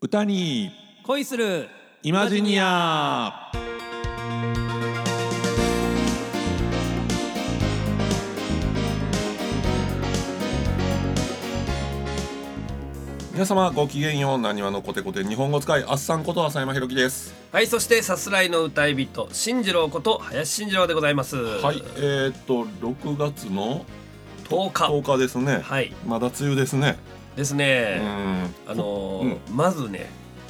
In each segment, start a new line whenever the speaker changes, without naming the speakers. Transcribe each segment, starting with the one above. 歌に
恋する
イマジニア皆様ごきげんようなにわのコテコテ日本語使いあっさんこと浅山ひろきです
はいそしてさすらいの歌い人進次郎こと林進次郎でございます
はいえー、っと6月の
10日
10日ですね、
はい
まだ梅雨ですね
です
う
ね、
ん
あのーまずね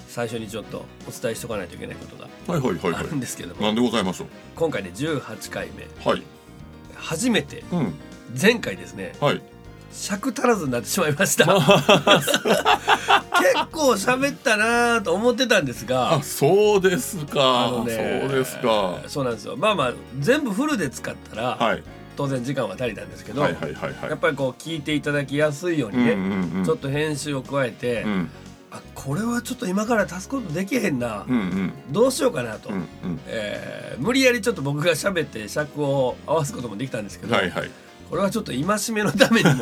最初にちょっとお伝えしとかないといけないことが
はいはいはいは
あ
い
るんですけども、
なんでございましょ
今回で18回目
うはい
初めて
うん
前回ですね
はい
尺足らずになってしまいました結構喋ったなと思ってたんですが
あそうです
あ
か、
のね
そうですか
そうなんですよまあまあ全部フルで使ったら、
はい
当然時間は足りたんですけど、
はいはいはいはい
やっぱりこう聞いていただきやすいようにね、
うんうんうん
ちょっと編集を加えて、
うん
あこれはちょっと今から足すことできへんな、
うんうん
どうしようかなと、
うん
えー無理やりちょっと僕が喋って尺を合わすこともできたんですけ
うん
ど、
はいはい
これはちょっと戒めのため にも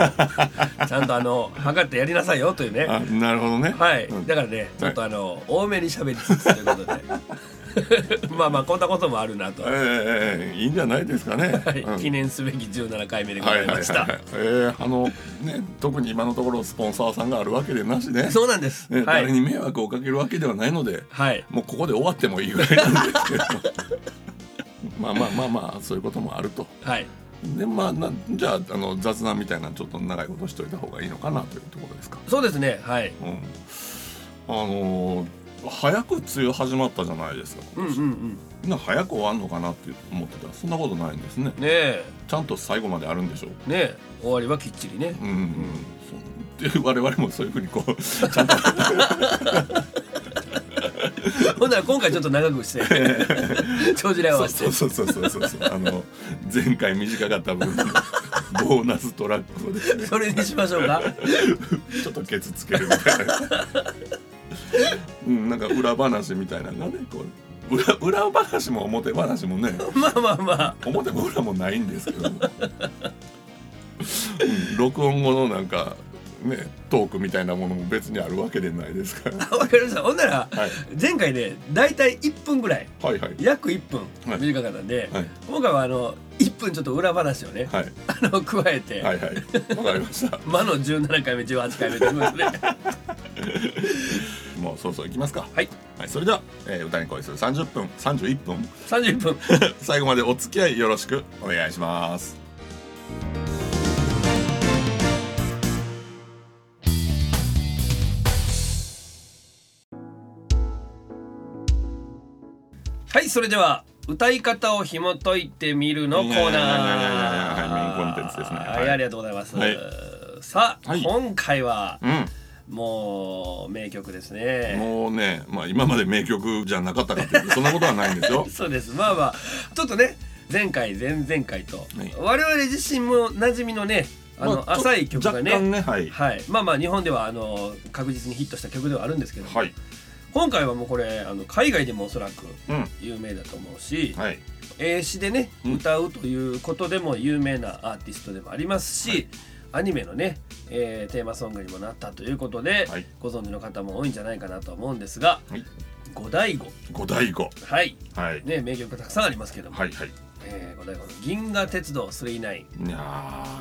ちゃんとあの測ってやりなさいよというね
あなるほどね
はい、
うん
だからねちょっとあの、多めに喋りつつということで まあまあこんなこともあるなと、
ええええいいんじゃないですかね、
はい
うん
記念すべき17回目でございました、
はいはいはいはいええあのね特に今のところスポンサーさんがあるわけでなしね
そうなんです、
ね
は
誰
い、
に迷惑をかけるわけではないので
はい、
もうここで終わってもいいぐらいなんですけど まあまあまあまあそういうこともあると
はい
でまあなじゃああの雑談みたいなのちょっと長いことしといた方がいいのかなというところですか
そうですねはい
うんあのー早く梅雨始まったじゃないですか
う
今
んうん
年
うんね
なんか早く終わるのかなって思ってたらそんなことないんですね
え
ちゃんと最後まであるんでしょう
ねえ終わりはきっちりね
うんうんうんそうで我々もそういうふうにこうちゃんと
ほんなら今回ちょっと長くして帳尻合わせ
そ
て
うそうそうそうそうそうあの前回短かった分 ボーナストラックをですね
それにしましょうか
ちょっとケツつけるみたいな、うん、なんか裏話みたいなのがねこう裏裏話も表話もね
まあまあまあ
表も裏もないんですけど、うん録音後のなんかねトークみたいなものも別にあるわけでないですから、
あわかりましたほんなら
はい、
前回ね大体1分ぐらい
はいはい
約1分
はい
短かったんで、
はい
今回はあの1分ちょっと裏話をね、
はい
あの加えて、
はいはいわかりました
魔の17回目18回目ということで
もうそろそろ行きますか
はい
はいそれでは、えー歌に恋する30分31分
30分
最後までお付き合いよろしくお願いします
はいそれでは歌い方を紐解いてみるのコー
い
ナー
やいやいやいやいやはいメインコンテンツですね
はい、
はい
ありがとうございます、
はい
さあ、
はい
今回は
うん
もう名曲ですね
もうね、まあ、今まで名曲じゃなかったかっていうとそんなことはないんですよ
そうですまあまあちょっとね前回前々回と、
い
我々自身も馴染みのね あの、
まあちょ
浅い曲が
若干
ね
ねはい、
はい、まあまあ日本ではあの確実にヒットした曲ではあるんですけど、
はい、
今回はもうこれあの海外でもおそらく
うん
有名だと思うし、
はい
英詞でね、
うん
歌うということでも有名なアーティストでもありますし、アニメのね、えーテーマソングにもなったということで、
はい
ご存知の方も多いんじゃないかなと思うんですが
はい
五醍醐
五大五
はい、
はい
ね、名曲がたくさんありますけども、
はいはい
えー、五醍醐の「銀河鉄道999」
いやー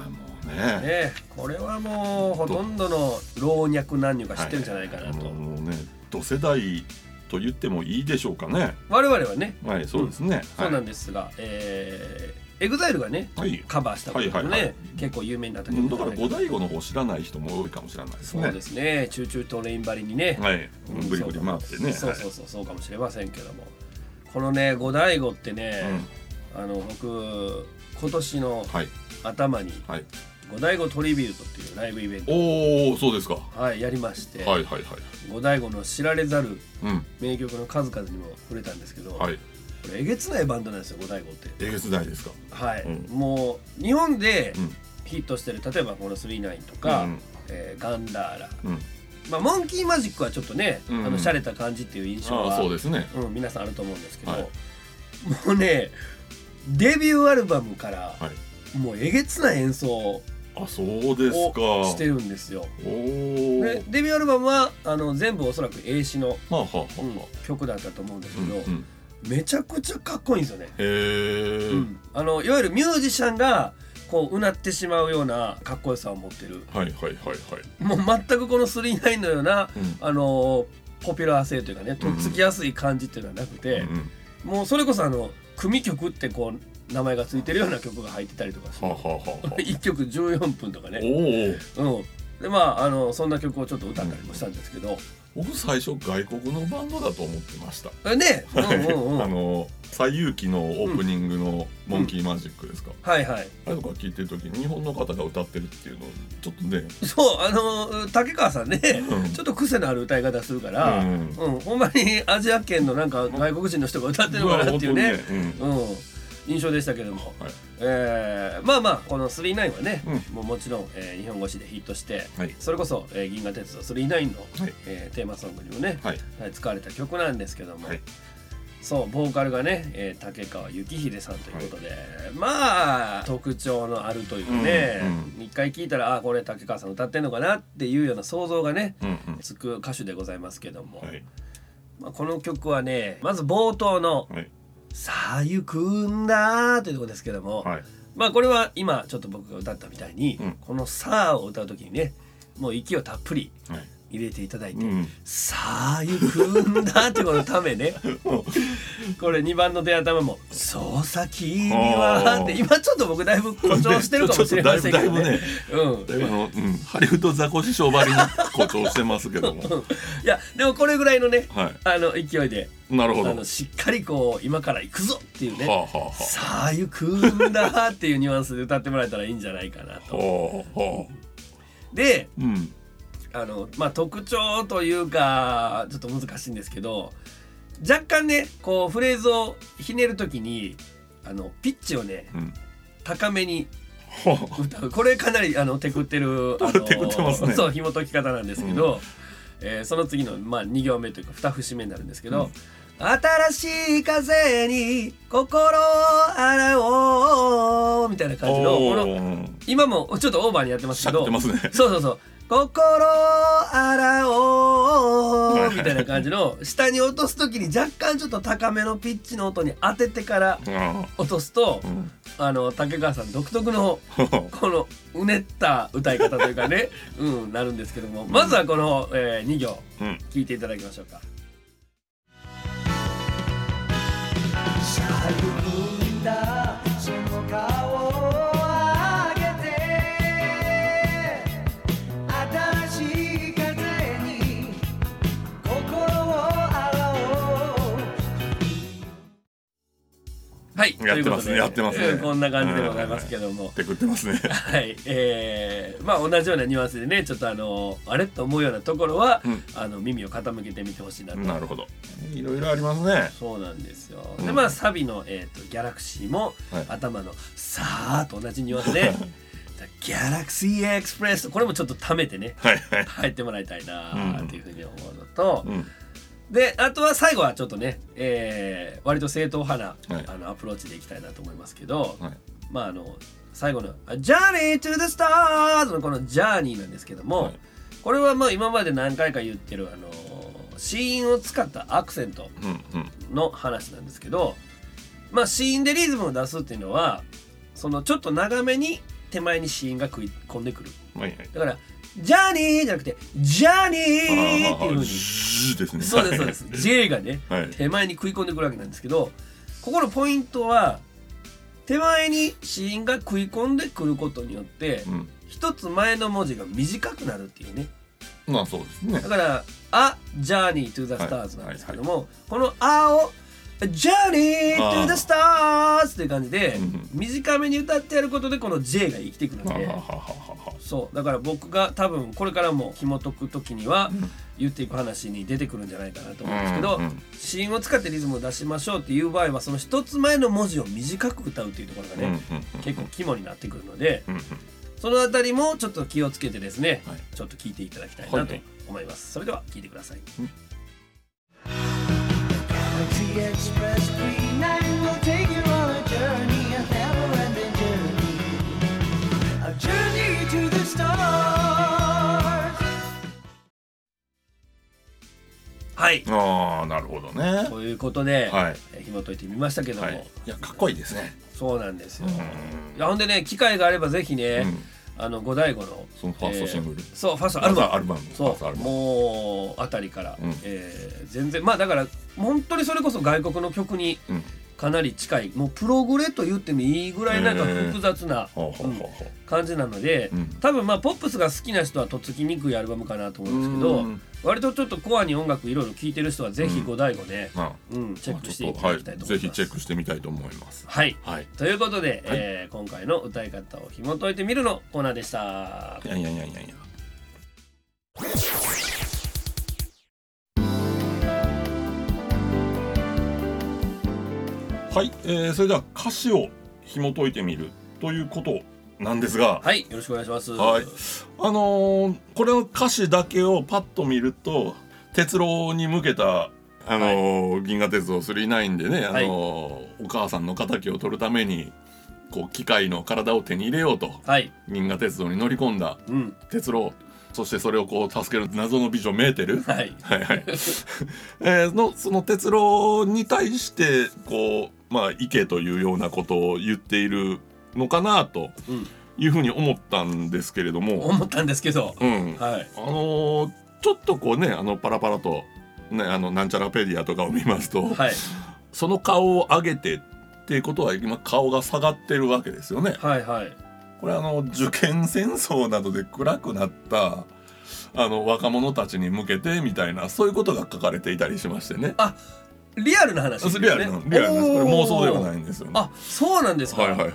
もうね
ね、これはもうほとんどの老若男女が知ってるんじゃないかなと、
はいもうね同世代と言ってもいいでしょうかね
我々はね
はいそうですね、
そうな
はい
んですが、えー、EXILE がね
はい
カバーしたことでもね、
はいはいはい
結構有名になった
う
曲
ん
じ
だ
ゃ
か
ない
ら
な
五大五の方知らない人も多いかもしれないですね
そうですね、チューチュートレインバリにね、
はいブリブリ回ってね
そうそうそう、そうかもしれませんけども。このね、五醍醐って
はい
ね、あの、僕、今年
う
の
んはい
頭に、
はい
五醍醐トリビュートっていうライブイベント。
おおそうですかは
はい、やりまし
い
て、
はいはい
五醍醐の知られざる
うん
名曲の数々にも触れたんですけど、
はい
これえげつないバンドなんですよ、五醍醐って。
えげつないですか
はい、
うん
もう日本で
うん
ヒットしてる、例えばこのスリーナインとか、
うん
えーガンダーラ。
うん
まあ、モンキーマジックはちょっとね、
うん
あの、洒落た感じっていう印象
ああ
は。
そうですね
うん、皆さんあると思うんですけど、
はい
もうねデビューアルバムから
はい
もうえげつない演奏を
あそうですか
をしてるんですよ。
おお、
でデビューアルバムはあの全部おそらく英詞の、
はあはあはあ
うん曲だったと思うんです
う
け
ん
ど、
うん
めちゃくちゃかっこいいんですよね。
へえ、
うんあのいわゆるミュージシャンがこううなってしまうようなかっこよさを持ってる
はいはいはいはい
もう全くこの39のような、
うん
あのポピュラー性というかねとっつきやすい感じっていうのはなくて、
うんうん
もうそれこそあの組曲ってこう名前がついてるような曲が入ってたりとかして
はあはあはあはあ
1曲14分とかね、
おお
うん、でまああのそんな曲をちょっと歌ったりもしたんですけど、
僕最初外国のバンドだと思ってました、
ねうん
はい
うんうん
あの西遊記のオープニングの「モンキーマジック」ですか、
はいはい
あれとか聞いてる時に日本の方が歌ってるっていうのちょっと ね
そうあの竹川さんね、
うん
ちょっと癖のある歌い方するから、
う
うんんほんまにアジア圏のなんか外国人の人が歌ってるのかなっていう
う
ね
わ本当にねうん
うん、印象でしたけれども、
はい
えーまあまあこの「39」はね、
う
もうもちろん、えー日本語詞でヒットして、
はい
それこそ、えー銀河鉄道39」の、
はい
えーテーマソングにもね、
はい
はい使われた曲なんですけども、
はい
そうボーカルがね、えー竹川幸秀さんということで、まあ特徴のあるというね
うん
一、回聞いたらあこれ竹川さん歌ってんのかなっていうような想像がね
うんうん
つく歌手でございますけども、
はい
まあ、この曲はねまず冒頭の
はい
「さあ行くんだ」というところですけども、
はい
まあこれは今ちょっと僕が歌ったみたいに、
うん
この「さあ」を歌う時にねもう息をたっぷり
はい
入れていただいて
う
「
ん
さあ行くんだ」ってこの ためねこれ2番の出頭も「そうさきには」って今ちょっと僕だいぶ誇張してるかもしれませんけどね。
ちょっとだいぶだいぶ
うん
あの、うん、ハリウッドザコシショウばりに誇張してますけども
いやでもこれぐらいのね
は
あの勢いで
いなる
あ
ほどは
のしっかりこう今から行くぞっていう
あ
ね
はあはあ
さあ行くんだっていうニュアンスで歌ってもらえたらいいんじゃないかなと。
はあはあ
で
うん
あの、まあ、特徴というかちょっと難しいんですけど若干ねこうフレーズをひねる時にあのピッチをね
うん
高めに
はあ
歌うこれかなりあのテクってるあの
テクってますね
そう紐解き方なんですけど、えーその次の、まあ、2行目というか2節目になるんですけど、新しい風に心洗おうみたいな感じの
お
こ
ー
の今もちょっとオーバーにやってます
しゃ
け
くっ
ど
てますね
そうそうそう心洗お
は
う
い
みたいな感じの下に落とす時に若干ちょっと高めのピッチの音に当ててから
あ
落とすと
あうん
あの竹川さん独特の
は
このうねった歌い方というかねうんなるんですけどもまずはこの、え2行
あうん
聞いていただきましょうか。シャイクんだその顔を上げて
新しい風に心を洗おう
はい
やってますね
ということで
やってますね
えーこんな感じでございますけども
テクって ますね
はいえーまあ同じようなニュアンスでねちょっとあのあれと思うようなところは、
うん
あの耳を傾けてみてほしいなと
なるほどいろいろありますね
そうなんですよ。
うん
でまあサビの、えーと「ギャラクシーも」
はい
頭の「さあ」と同じニュアンスで「ギャラクシーエクスプレス」これもちょっとためてね
はいはい
入ってもらいたいな
うん
っていうふうに思うのと、
うん
であとは最後はちょっとね、えー割と正統派な、
はい
あのアプローチでいきたいなと思いますけど、
はい
まああの最後の「ジャーニー・トゥ・ザ・スターズ」のこの「ジャーニー」なんですけども、
はい
これはまあ今まで何回か言ってるあの子音を使ったアクセント
うんうん
の話なんですけどまあ子音でリズムを出すっていうのはそのちょっと長めに手前に子音が食い込んでくる
はいはい
だから「ジャーニー」じゃなくて「ジャーニー」っていうふうに
ジーですね
そうですそうです
はい
J がね
はい
手前に食い込んでくるわけなんですけどここのポイントは手前に子音が食い込んでくることによって
うん
一つ前の文字が短くなるっていうね
まあそうですね
だから「あジャーニー・トゥ・ザ・スターズ」なんですけども、この「あ」を「ジャーニー・トゥ・ザ・スターズ」っていう感じで
うんうん
短めに歌ってやることでこの「J」が生きてくるん
ははは
で。
はは
そうだから僕が多分これからも紐解く時には
ん
言っていく話に出てくるんじゃないかなと思うんですけど
はうん
子音を使ってリズムを出しましょうっていう場合はその一つ前の文字を短く歌うっていうところが
うんうん
ね結構肝になってくるので
うんうん
そのあたりもちょっと気をつけてですね、
はい
ちょっと聞いていただきたいなと思います。それでは聞いてください。
Galaxy Express 39 will take you on a journey, a never ending journey. A journey to
はい
ああなるほどね
ということで、
はい
えー紐解いてみましたけども、
はいいやかっこいいですね
そうなんですよ、
うん
いやほんでね機会があればぜひね、
うん
あの五大五の
そのファーストシングル
えーそうファーストアルバム
アルバムファースト
そ
ア
う
ルバム
もうあたりから、
うん
えー全然まあだから本当にそれこそ外国の曲に
うん
かなり近いもうプログレと言ってもいいぐらいなんか複雑な、
ほうほう
うん
ほうほ
感じなので、
うん
多分まあポップスが好きな人はとっつきにくいアルバムかなと思うんですけど、
うん
割とちょっとコアに音楽いろいろ聴いてる人はぜひ
うん
五大五ね、
うま
うんチェッ
あ
クし
ち
て
ょ
い
ったとは
だ
い
きたいと思います。
ぜひチェックしてみたいと思います
はい
はい
ということで、
はい
えー今回の歌い方を紐解いてみるのコーナーでした
い。やいやいやいやいやはい、えー、それでは歌詞を紐解いてみるということなんですが、
はい、よろしくお願いします。
はいあのーこれの歌詞だけをパッと見ると鉄郎に向けたあのー銀河鉄道999でね、あのーお母さんの敵を取るためにこう機械の体を手に入れようと
はい、
銀河鉄道に乗り込んだ
うん、
鉄郎そしてそれをこう助ける謎の美女メー テル
はい、
はいはい えーのその鉄郎に対してこうまあ行けというようなことを言っているのかなと
うん、
いうふうに思ったんですけれども、
思ったんですけど、
うん、あ
はい、
のーちょっとこうねあのパラパラと、ね、あのなんちゃらペディアとかを見ますと、
はい、
その顔を上げてっていうことは今顔が下がってるわけですよね。
はい、はい、
これあの受験戦争などで暗くなったあの若者たちに向けてみたいなそういうことが書かれていたりしましてね。
リアルな話です、ね。
リアルなリアルなんですこれ妄想ではない
い。
んですよね。
あ、そうなんですか。
はいはいはい。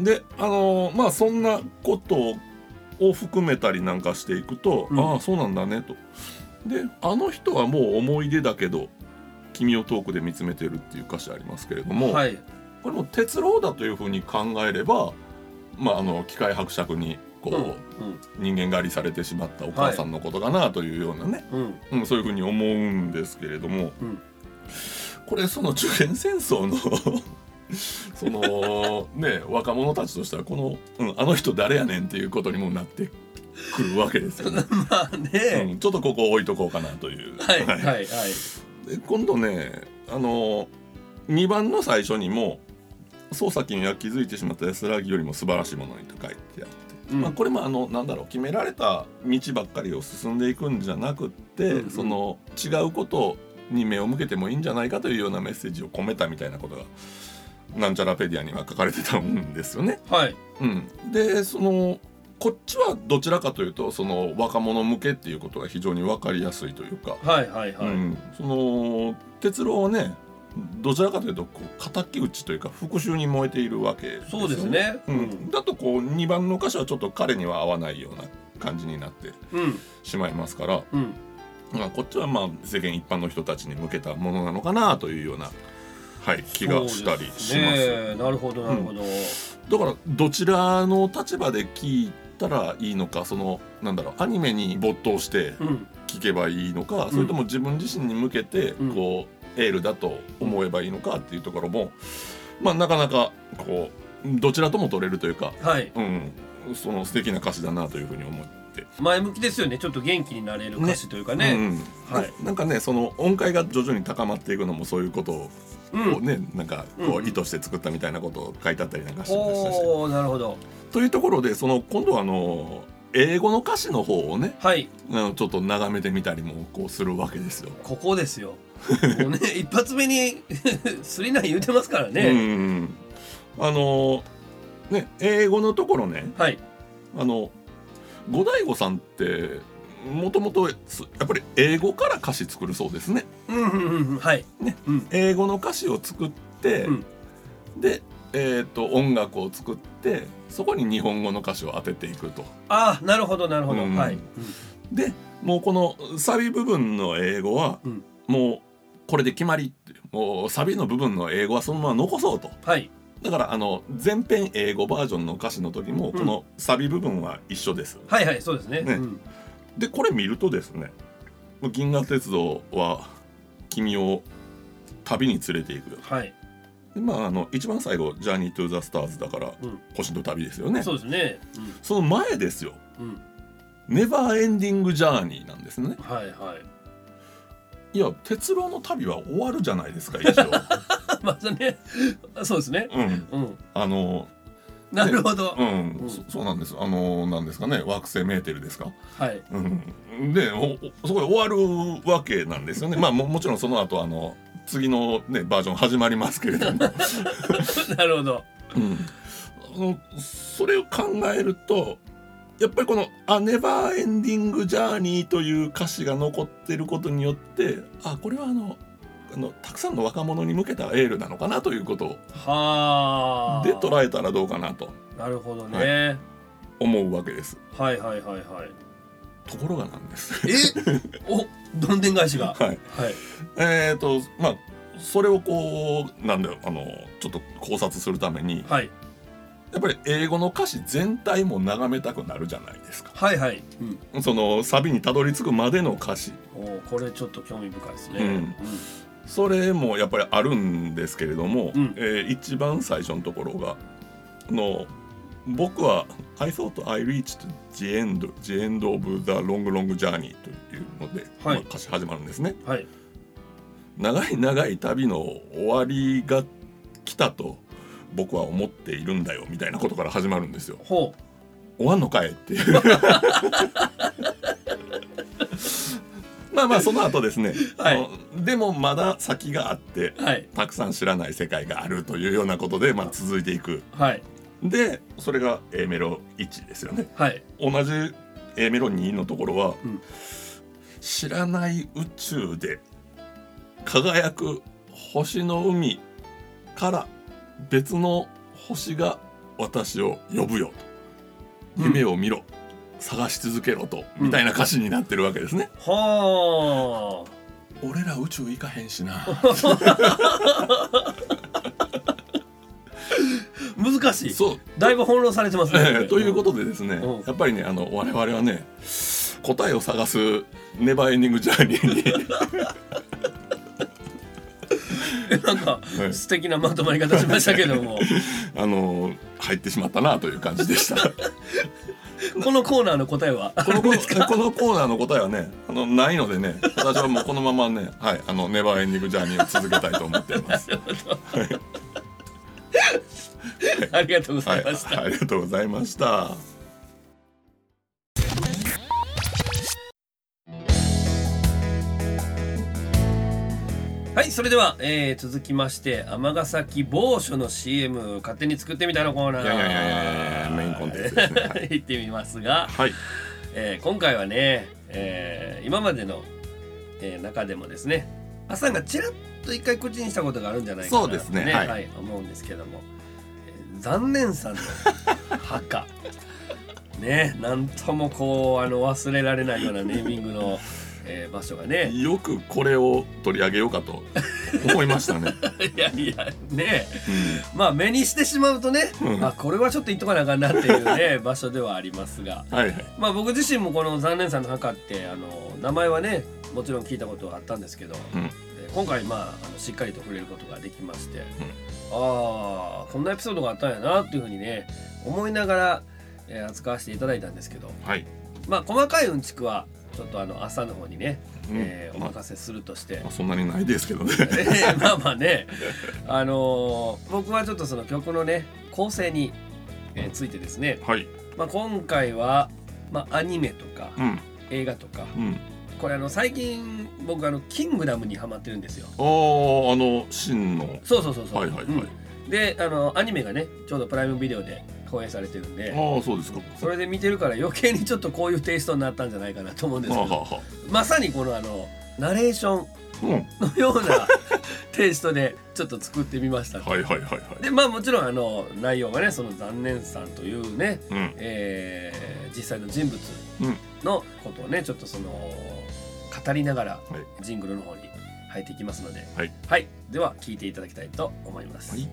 であのーまあそんなことを含めたりなんかしていくと、
うん
ああそうなんだねと。で「あの人はもう思い出だけど君を遠くで見つめてる」っていう歌詞ありますけれども、
はい、
これも鉄郎だというふうに考えれば、まあ、あの機械伯爵にこう、
う
人
ん、
間狩りされてしまったお母さんのことかなというようなね、
うん、 うん、
うん、そういうふうに思うんですけれども、
うん
これその受験戦争の そのね若者たちとしてはこの、うん、あの人誰やねんっていうことにもなってくるわけですよね、
まあ
う
ね、
んちょっとここ置いとこうかなという。
はい、はい、は
で
い、
今度ねあの2番の最初にも「捜査金は気づいてしまった安らぎよりも素晴らしいものに」と書いてあって。
うん
まあ、これもあのなんだろう決められた道ばっかりを進んでいくんじゃなくって、
うんうん
その違うことに目を向けてもいいんじゃないかというようなメッセージを込めたみたいなことがなんちゃらペディアには書かれてたんですよね。
はい、
うん、でそのこっちはどちらかというとその若者向けっていうことが非常に分かりやすいというか、
はい、はい、は
う
い、
ん、その哲郎はねどちらかというとこう敵討ちというか復讐に燃えているわけですよね
そうですね。
う、
うんん、
だとこう2番の歌詞はちょっと彼には合わないような感じになって
うん、
しまいますから、
うん、
まあ、こっちはまあ世間一般の人たちに向けたものなのかなというような、はい、気がしたりし
そう
ま
ですねなるほど、なるほど。
だからどちらの立場で聞いたらいいのかそのなんだろうアニメに没頭して
うん、
聞けばいいのか、
ん
それとも自分自身に向けて
うん
こう、エールだと思えばいいのかっていうところも、まあ、なかなかこうどちらとも取れるというか
はい、
うん、その素敵な歌詞だなというふうに思って。
前向きですよね。ちょっと元気になれる歌詞というかね。
うん
はい
ななんかねその音階が徐々に高まっていくのもそういうことを
うん
こう、ね、なんか
う
こ
んう
うん意図して作ったみたいなことを書いてあったりなんかしてましたし。
おおなるほど
というところでその今度はあの英語の歌詞の方をね
はい
あのちょっと眺めてみたりもこうするわけですよ。
ここで すよもうね一発目に すりない言うてますから
うん
ね、
うんうんあのね英語のところね
はい
あの五醍醐さんってもともとやっぱり英語から歌詞作るそうですね。
うんうんうんうんはい
ね
うん
英語の歌詞を作って、
うん
で、えー、と音楽を作ってそこに日本語の歌詞を当てていくと。
ああなるほどなるほど、
うん
はい、うん
でもうこのサビ部分の英語は、
うん
もうこれで決まりってもうサビの部分の英語はそのまま残そうと。
はい
だからあの前編英語バージョンの歌詞の時もこのサビ部分は一緒です。
はいはいそうですね
ね
うん、
でこれ見るとですね「銀河鉄道は君を旅に連れていくよ」
はい、
でまあ、あの一番最後「ジャーニー・トゥ・ザ・スターズ」だから、
うん
星の旅ですよね
そうですね
その前ですよ
うん、うん、
「ネバーエンディング・ジャーニー」なんですね
はいはい
いや鉄郎の旅は終わるじゃないですか一応、
またねそうです ね
うん、
うん
あの
なるほど、
うん、
うん
そそうなんですあのなんですかね惑星メーテルですか、
はい
うん、でおおそこで終わるわけなんですよねまあももちろんその後あの次の、ね、バージョン始まりますけれども、
なるほど
うんあの、それを考えるとやっぱりこの「あネバーエンディング・ジャーニー」という歌詞が残ってることによってあこれはあのあのたくさんの若者に向けたエールなのかなということ
はあ
で捉えたらどうかなと
なるほどね、
思うわけです。
はい、はいはいはい
ところがなんです。
えおどんでん返し がは
はい
い
えー、とまあそれをこうなんだよあのちょっと考察するために
はい
やっぱり英語の歌詞全体も眺めたくなるじゃないですか
はいはい、うん、
そのサビにたどり着くまでの歌詞
おこれちょっと興味深いですね、
うんそれもやっぱりあるんですけれども、
うん
えー一番最初のところがの「僕は I thought I reached the end, the end of the long long journey」というので、
は
まあ
い
歌詞始まるんですね。
うん、はい
長い長い旅の終わりが来たと僕は思っているんだよみたいなことから始まるんですよ。
ほう
終わんのかいって いう。まあまあその後ですね、
はい
あのでもまだ先があって
はい
たくさん知らない世界があるというようなことで、まあ、続いていく
はい
でそれが A メロ1ですよね
はい
同じ A メロ2のところは、
うん
知らない宇宙で輝く星の海から別の星が私を呼ぶよと夢を見ろ、探し続けろとみたいな歌詞になってるわけですね、
はあ
俺ら宇宙行かへんしな
難し い
そう
だいぶ翻弄されてますね
ええ ということとでですね、
うん
やっぱりねあの我々はね答えを探すネバーエンディングジャーニーに
なんか
い
素敵なまとまり方しましたけ ども
あの入ってしまったなという感じでした
このコーナーの答えは
このコーこのコーナーの答えはねあのないのでね私はもうこのままね、はい、あのネバーエンディングジャーニーを続けたいと思っています。
ありがとうござ
はいい、
ました、
ありがとうございました。
はい、それでは、えー、続きまして尼崎某所の CM 勝手に作ってみたのコーナー
いやいやいやいやメインコンテンツですねは
行ってみますが、
はい、
えー、今回はね、えー、今までの、えー、中でもですね朝がちらっと一回口にしたことがあるんじゃないかな
そうですね
は
はいい
思うんですけども、えー、残念さんの墓 ねなんともこうあの忘れられないようなネーミングの、えー、場所がね
よくこれを取り上げようかと思いました ね。
いやいやね
うん
まあ目にしてしまうとね、
うん
あこれはちょっと言っとかなあかんなってい うね場所ではありますが、
はいはい
まあ、僕自身もこの「残念さんの墓」ってあの名前はねもちろん聞いたことはあったんですけど、
うん
えー今回まああのしっかりと触れることができまして、ああこんなエピソードがあったんやなっていうふうにね思いながら、えー扱わせていただいたんですけど、
はい。
まあ、細かいうんちくはちょっとあの朝の方にね、
うん
えーお任せするとして
まあ、そんなにないですけどね。
えーまあ まあね、あのー僕はちょっとその曲のね構成に、えーついてですね、
はい。
まあ、今回は、まあ、アニメとか
うん
映画とか
うん。
これあの最近僕あの「キングダム」にハマってるんですよ。
あああの真の
そうそうそうそう。
はいはいはい
うんであのアニメがねちょうどプライムビデオで放映されてるんで。
ああそうですか。
それで見てるから余計にちょっとこういうテイストになったんじゃないかなと思うんです
は
け
あ
ど
はあは
まさにこのあのナレーション
あうん。
のよう なテイストでちょっと作ってみました
はいはいはいはい。
でまあもちろんあの内容がねその残念さんというね、
うん
えー実際の人物
うん
のことをねちょっとその語りながら
はい
ジングルの方に入っていきますので、
はい
では聞いていただきたいと思います、
はい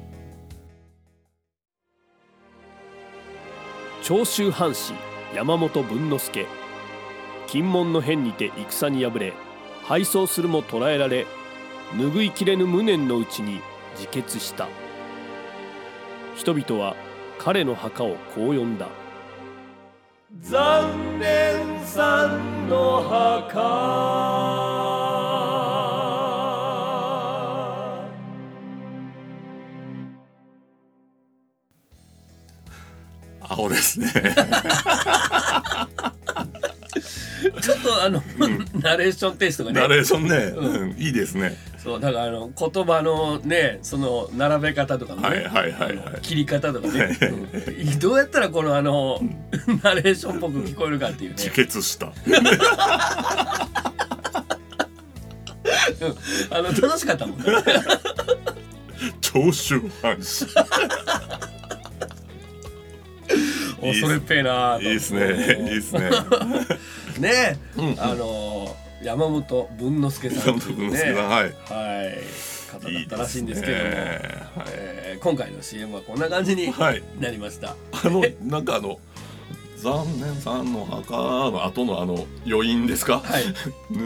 長州藩士山本文之助金門の変にて戦に敗れ敗走するも捕らえられ拭いきれぬ無念のうちに自決した人々は彼の墓をこう呼んだ残念さんの墓
アホですね
ちょっとあの、 ナレーションテイストがね
ナレーションね、うんいいですね
そうだからあの言葉のねその並べ方とかね、
はいはいはいはい
切り方とかね、うんどうやったらこのあの ナレーションっぽく聞こえるかっていうね
自決した
あの楽しかったもん ね
長州 藩士
恐れっぺえなあと
いいですねいいですね
ね、あの山本文之助さんというね
山本文之
はい方だ
い
っ
い
たらしいんですけども
ね
えー今回の CM はこんな感じに
はい
なりました、
あのなんかあの「残念さんの墓」の後のあの余韻ですか、
はい
ぬ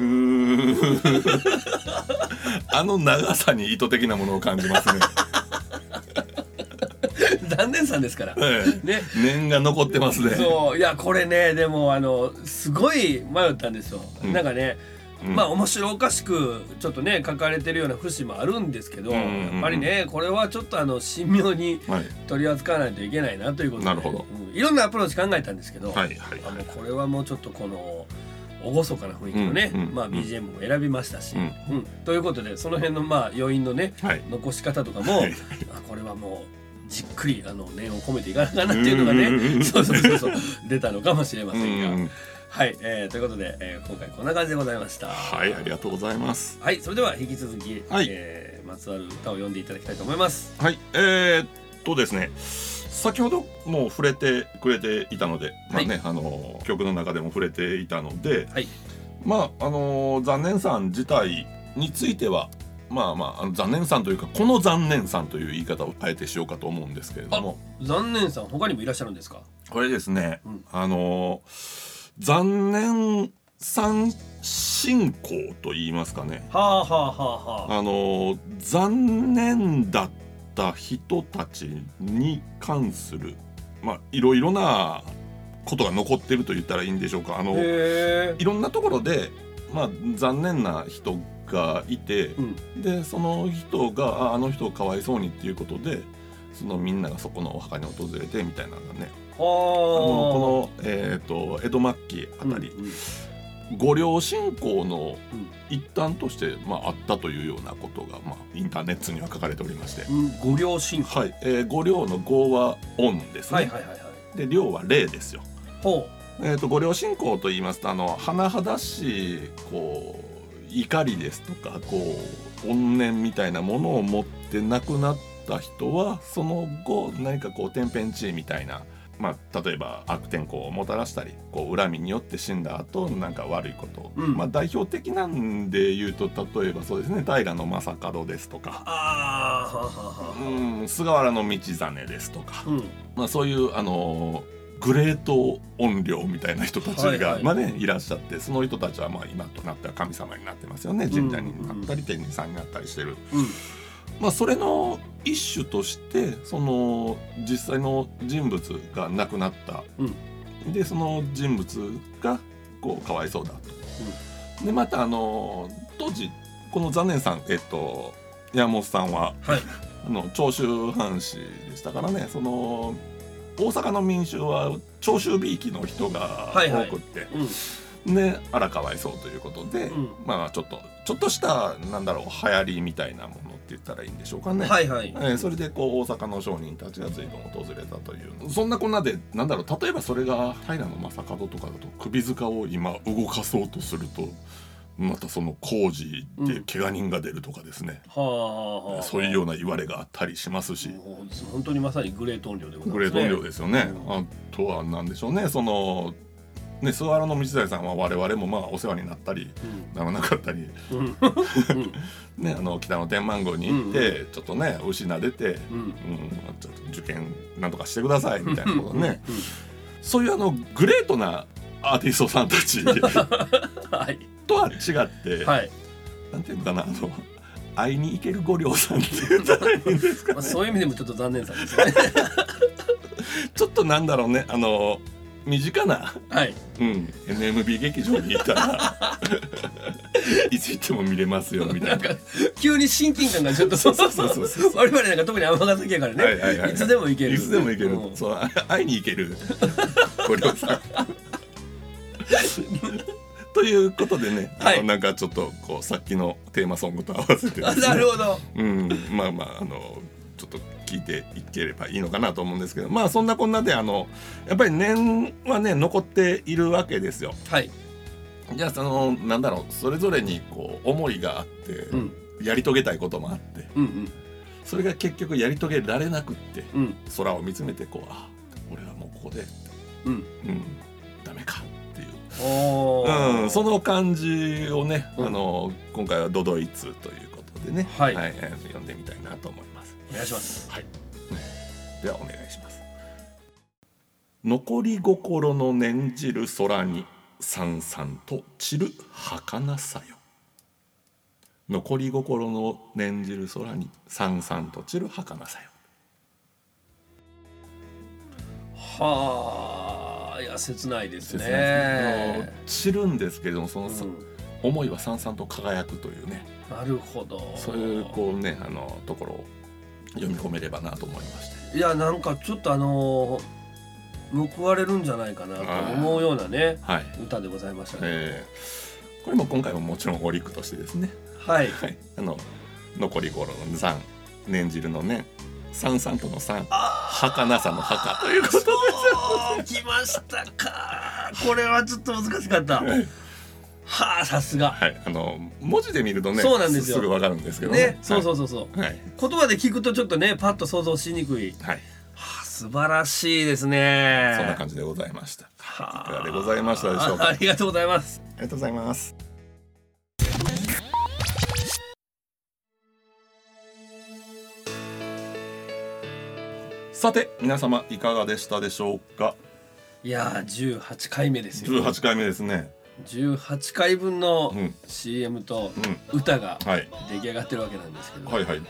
ーあの長さに意図的なものを感じ ますね、
残念さんですから
ええ
ね
念が残ってますね
そういやこれねでもあのすごい迷ったんですよ、
うん
なんかね、
うん
まあ面白おかしくちょっとね書かれてるような節もあるんですけど、
うんうんうん
やっぱりねこれはちょっとあの神妙に
はい
取り扱わないといけないなということで
なるほど
うんいろんなアプローチ考えたんですけど、
はいはい
あ
は
の
い
これはもうちょっとこの厳かな雰囲気のね、
うんうん
まあ、BGM も選びましたし、
う
うん
ん
ということでその辺のまあ余韻のね
はい
残し方とかも、
はい
あこれはもうじっくりあの念を込めていかなあかんなっていうのがね、
うんうんうんうん
そうそうそうそう出たのかもしれませんが。
うん
はい、えーということで、えー今回こんな感じでございました。は
はいありがとうございます
い、それでは引き続き、
はい
えーまつわる歌を読んでいただきたいと思います。
はい、えーっとですね先ほどもう触れてくれていたので、まあねあの曲の中でも触れていたので、
はい
まああの残念さん自体についてはまあまああの残念さんというかこの残念さんという言い方をあえてしようかと思うんですけれども
残念さん、他にもいらっしゃるんですか。
これですね、
うん
あの残念さん信仰と言いますかね
はあ、はあ、はあ、はあ。
あの残念だった人たちに関するまあいろいろなことが残ってると言ったらいいんでしょうかあのい
へえ。
ろんなところで、まあ、残念な人がいて、
うん
でその人がああの人かわいそうにっていうことでそのみんながそこのお墓に訪れてみたいなのがねあ
はあ。
の
こ
この、えー、と江戸末期あたり、
うんうん
御陵信仰の
うん
一端として、まあ、あったというようなことが、まあ、インターネットには書かれておりまして、
うん、ご両親。は
はいえー、御陵の「御」は「御」ですね、
い、はい、はい、はい。
で「陵」は「霊」ですよ。
ほ
えー、と御陵信仰と言いますとあの甚だしいこう怒りですとかこう怨念みたいなものを持って亡くなった人はその後何かこう天変地異みたいな、まあ、例えば悪天候をもたらしたりこう恨みによって死んだ後なんか悪いこと、
うん
まあ、代表的なんで言うと例えばそうですね平将門ですと
う。
か、
ああ、はあ、はあ、は
うん、菅原道真ですとか
あ。。うん。
まあ、そういう、あのーグレート怨霊みたいな人たちが、
はいはい
まあね、いらっしゃってその人たちはまあ今となっては神様になってますよね神社になったり天神さんになったりしてる、
うん。
まあ、それの一種としてその実際の人物が亡くなった、でその人物がこうかわいそうだと。でまた、あのー当時この残念さん、えっと、山本さんは
はい。
あの長州藩士でしたからねその大阪の民衆は長州びいきの人が
はいはい
多くって、
うん。
ねあらかわいそうということで、
うん
まあちょっとちょっとしたなんだろう流行りみたいなものって言ったらいいんでしょうかね。
はい、はい
え。ーそれでこう大阪の商人たちが随分訪れたというそんなこんなでなんだろう例えばそれが平将門とかだと首塚を今動かそうとするとまたその工事で怪我人が出るとかですね、
はあ、はあ。
そういうような言われがあったりしますし、
もう本当にまさにグレート音量でございます、ね。
グレート音量ですよね。
う
あとは何でしょうねそのね菅原道真さんは我々もまあお世話になったりならなかったり、
うん。うん。
ね、あの北の天満宮に行って、ちょっとね牛撫でて、
うん。うん
うん、ちょっと受験なんとかしてくださいみたいなことね、
うん
そういうあのグレートなアーティストさんたち
はい。
とは違って、
はい。
なんていうのかなあの会いに行ける五稜さんって言ったらいいんですか
まあ、そういう意味でもちょっと残念さですね。
ちょっとなんだろうねあの身近な
はい。
うん、NMB 劇場にいたらいつ行っても見れますよみたいな。
急に親近感がちょっとそうそうそう
そう
我々なんか特に尼崎やからね、いつでも行ける
いつでも行ける、
うん
そうあ会いに行けるご両さんということでね、
はい
あのなんかちょっとこうさっきのテーマソングと合わせてで
あ
すね
なるほど
うん、まあまああのちょっと聞いていければいいのかなと思うんですけどまあそんなこんなであのやっぱり念はね残っているわけですよ。
はい、
じゃあそのなんだろうそれぞれにこう思いがあって、
うん、
やり遂げたいこともあって
うんうん
それが結局やり遂げられなくって
うん
空を見つめてこうあ俺はもうここで、
うん
うん、ダメかっていう
おー
うん、その感じをね、
うん
あの今回は「ドドイツ」ということでね、
はい
えー読んでみたいなと思います。
お願いします
ではお願いします。残り心の念じる空にさんさんと散る儚さよ。残り心の念じる空にさんさんと散る儚さよ。
はあいや切ないですね
あの散るんですけれどもその、思いはさんさんと輝くというね。
うん、なるほど
そういうこうねあのところを読み込めればなと思いまして。
いやなんかちょっとあのー報われるんじゃないかなと思うようなね
はい。
歌でございましたね、
えーこれも今回ももちろんオリックとしてですね。
はい
はい。あの残り頃の三念じるのね。三三との三。儚さの墓ということで
おー来ましたかこれはちょっと難しかった
はい
はあさすが
はい。あの文字で見るとね。
そうなんですよ
すぐわかるんですけどね。
ねそうそうそうそう
う。はい。
言葉で聞くとちょっとねパッと想像しにくい
はい。
はあ素晴らしいですね
そんな感じでございました。
はい
かがでございましたでしょうか
あありがとうございます
ありがとうございます。さて皆様いかがでしたでしょうか。
いやー18回目です
十
よ
八回目ですね。
18回分の
うん
CM と
う
歌が
んはい
出来上がってるわけなんですけど、
はいはい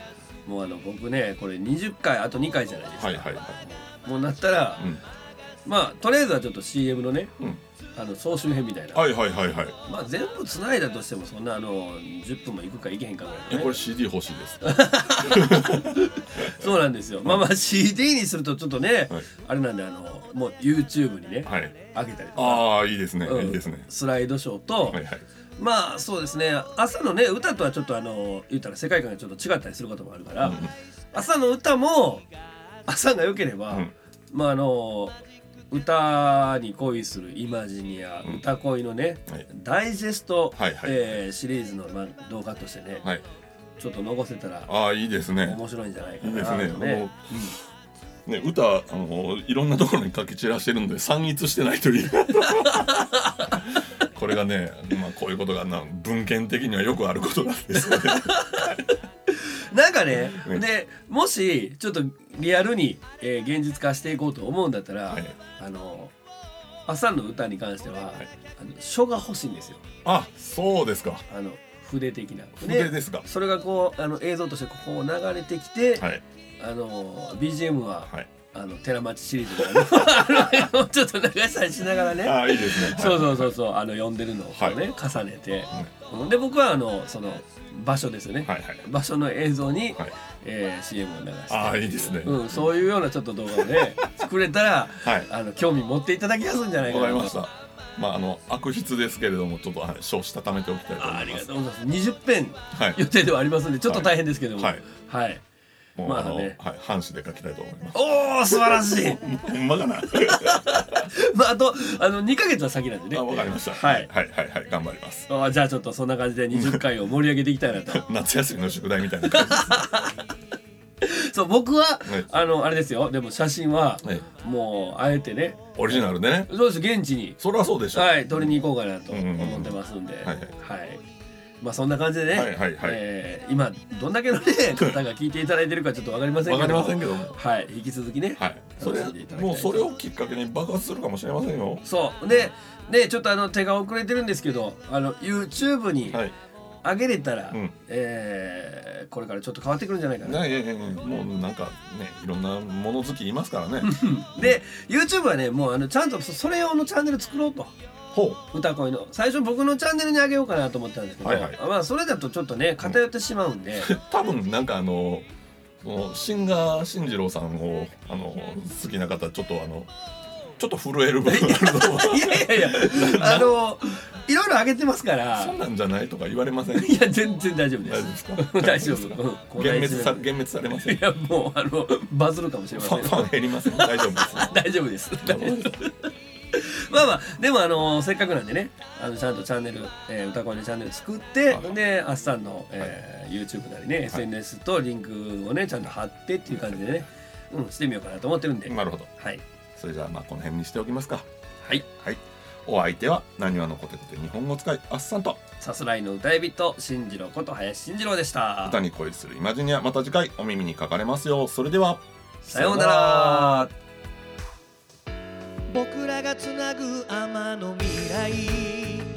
もうあの僕ねこれ20回あと2回じゃないですか、
はいはいは
もうなったら、
い。うん
まあとりあえずはちょっと CM のね、
うん
あの総集編みたいな、
はいはいはいはい。
まあ全部繋いだとしてもそんなあの10分もいくかいけへんかぐらい
え
のね
これ CD 欲しいです。
そうなんですよ、まあまあ CD にするとちょっとね、
はい
あれなんであのもう YouTube にね、
はい。
上げたりとか、
ああいいですね
うん
いいですね。
スライドショーと、
はいはい。
まあそうですね朝のね歌とはちょっとあの言ったら世界観がちょっと違ったりすることもあるから、
うん
朝の歌も朝が良ければ、
うん
まああの歌に恋するイマジニア、
うん
歌恋のね、
はい
ダイジェスト、
はいはい
えーシリーズの、まあ、動画としてね、
はい。
ちょっと残せたら
ああいいですね。
面白いんじゃないか
いいで
な
す
と
ね。もうね歌あのいろんなところに書き散らしてるんで散逸してないという これがね、まあこういうことがな文献的にはよくあることなんですね。
なんかね、
うん
でもしちょっとリアルに、えー現実化していこうと思うんだったら、
はい
あの朝の歌に関しては、
い
あの書が欲しいんですよ
あ、そうですか。
あの筆的な。
筆ですか。
それがこうあの映像としてこう流れてきて、
はい
あの BGM は、
はい。
あの寺町シリーズのねあのちょっと流したりしながらね、
あ、いいですね。
そう
う。
そうそうそうあの読んでるのをこうね、重ねて、うんで僕はあのその場所ですよね、
はいはい。
場所の映像に、
はい
えー CM を流して
あー、いいですね。
うん、そういうようなちょっと動画をね作れたら
はい。
あの興味持っていただきやすいんじゃないか
わ
な
か
と
りました。まああの悪筆ですけれどもちょっと少したためておきたいと
あ
思
あ
い
り
ま
が
す。
とうございます20編
はい。
予定ではありますんでちょっと大変ですけども
はいはい
はい
もう、
まあ
あの、
ね
はい半紙で書きたいと思います。
おお素晴らしい
ほんまかな。
ま ああとあの2ヶ月は先なんでね
あ、わかりました。
はい
はいはいはい頑張ります。
あーじゃあちょっとそんな感じで20回を盛り上げていきたいなと
夏休みの宿題みたいな感じです
そう僕は、
い
あのあれですよでも写真は、
はい
もうあえてね
オリジナルでね
そうです現地に
そりゃそうでしょ、
はい撮りに行こうかなと
うんうんうん
思ってますんで、
はい
はいまあそんな感じでね、
はいはいはい
えー今どんだけのね方が聞いていただいてるかちょっとわかりません
わか
け
り
ど
ませんけども
はい引き続きね、
はいそ
楽
れ
しんでいただきたい
もうそれをきっかけに爆発するかもしれませんよ
そうでねちょっとあの手が遅れてるんですけどあの YouTube に
はい
上げれたら、
うん
えーこれからちょっと変わってくるんじゃないかな
ないやいやいやもうなんかねいろんな物好きいますからね
で YouTube はねもうあのちゃんとそそれ用のチャンネル作ろうと
ほ
歌恋の最初僕のチャンネルにあげようかなと思ったんですけど、
はいはい
まあそれだとちょっとね偏ってしまう んで、
う多分なんかあのそのシンガー進次郎さんをあの好きな方ちょっとあのちょっと震える部分があると思う
いやいやいやあのいろいろあげてますから
そんなんじゃないとか言われません
いや全然大丈夫で
大丈夫ですか
す 大丈夫うんこんな
幻滅
一面
さ幻滅されません
いやもうあのバズるかもしれま
フ
せ
ァンフ
ん
ァン減りません大丈夫です
大丈夫ですまあまあでもあのせっかくなんでねあのちゃんとチャンネル、えー、歌声のチャンネル作って、
はい
であっさんの、えー YouTube なりね、SNS とリンクをねちゃんと貼ってっていう感じでね、うん、してみようかなと思ってるんで、
なるほど
はい
それじゃあまあこの辺にしておきますか
はい
はいお相手はなにわのコテコテ日本語使いあっさんと
さすらいの歌い人進次郎こと林進次郎でした
歌に恋するイマジニアまた次回お耳にかかれますようそれでは
さようなら
僕らがつなぐ天の未来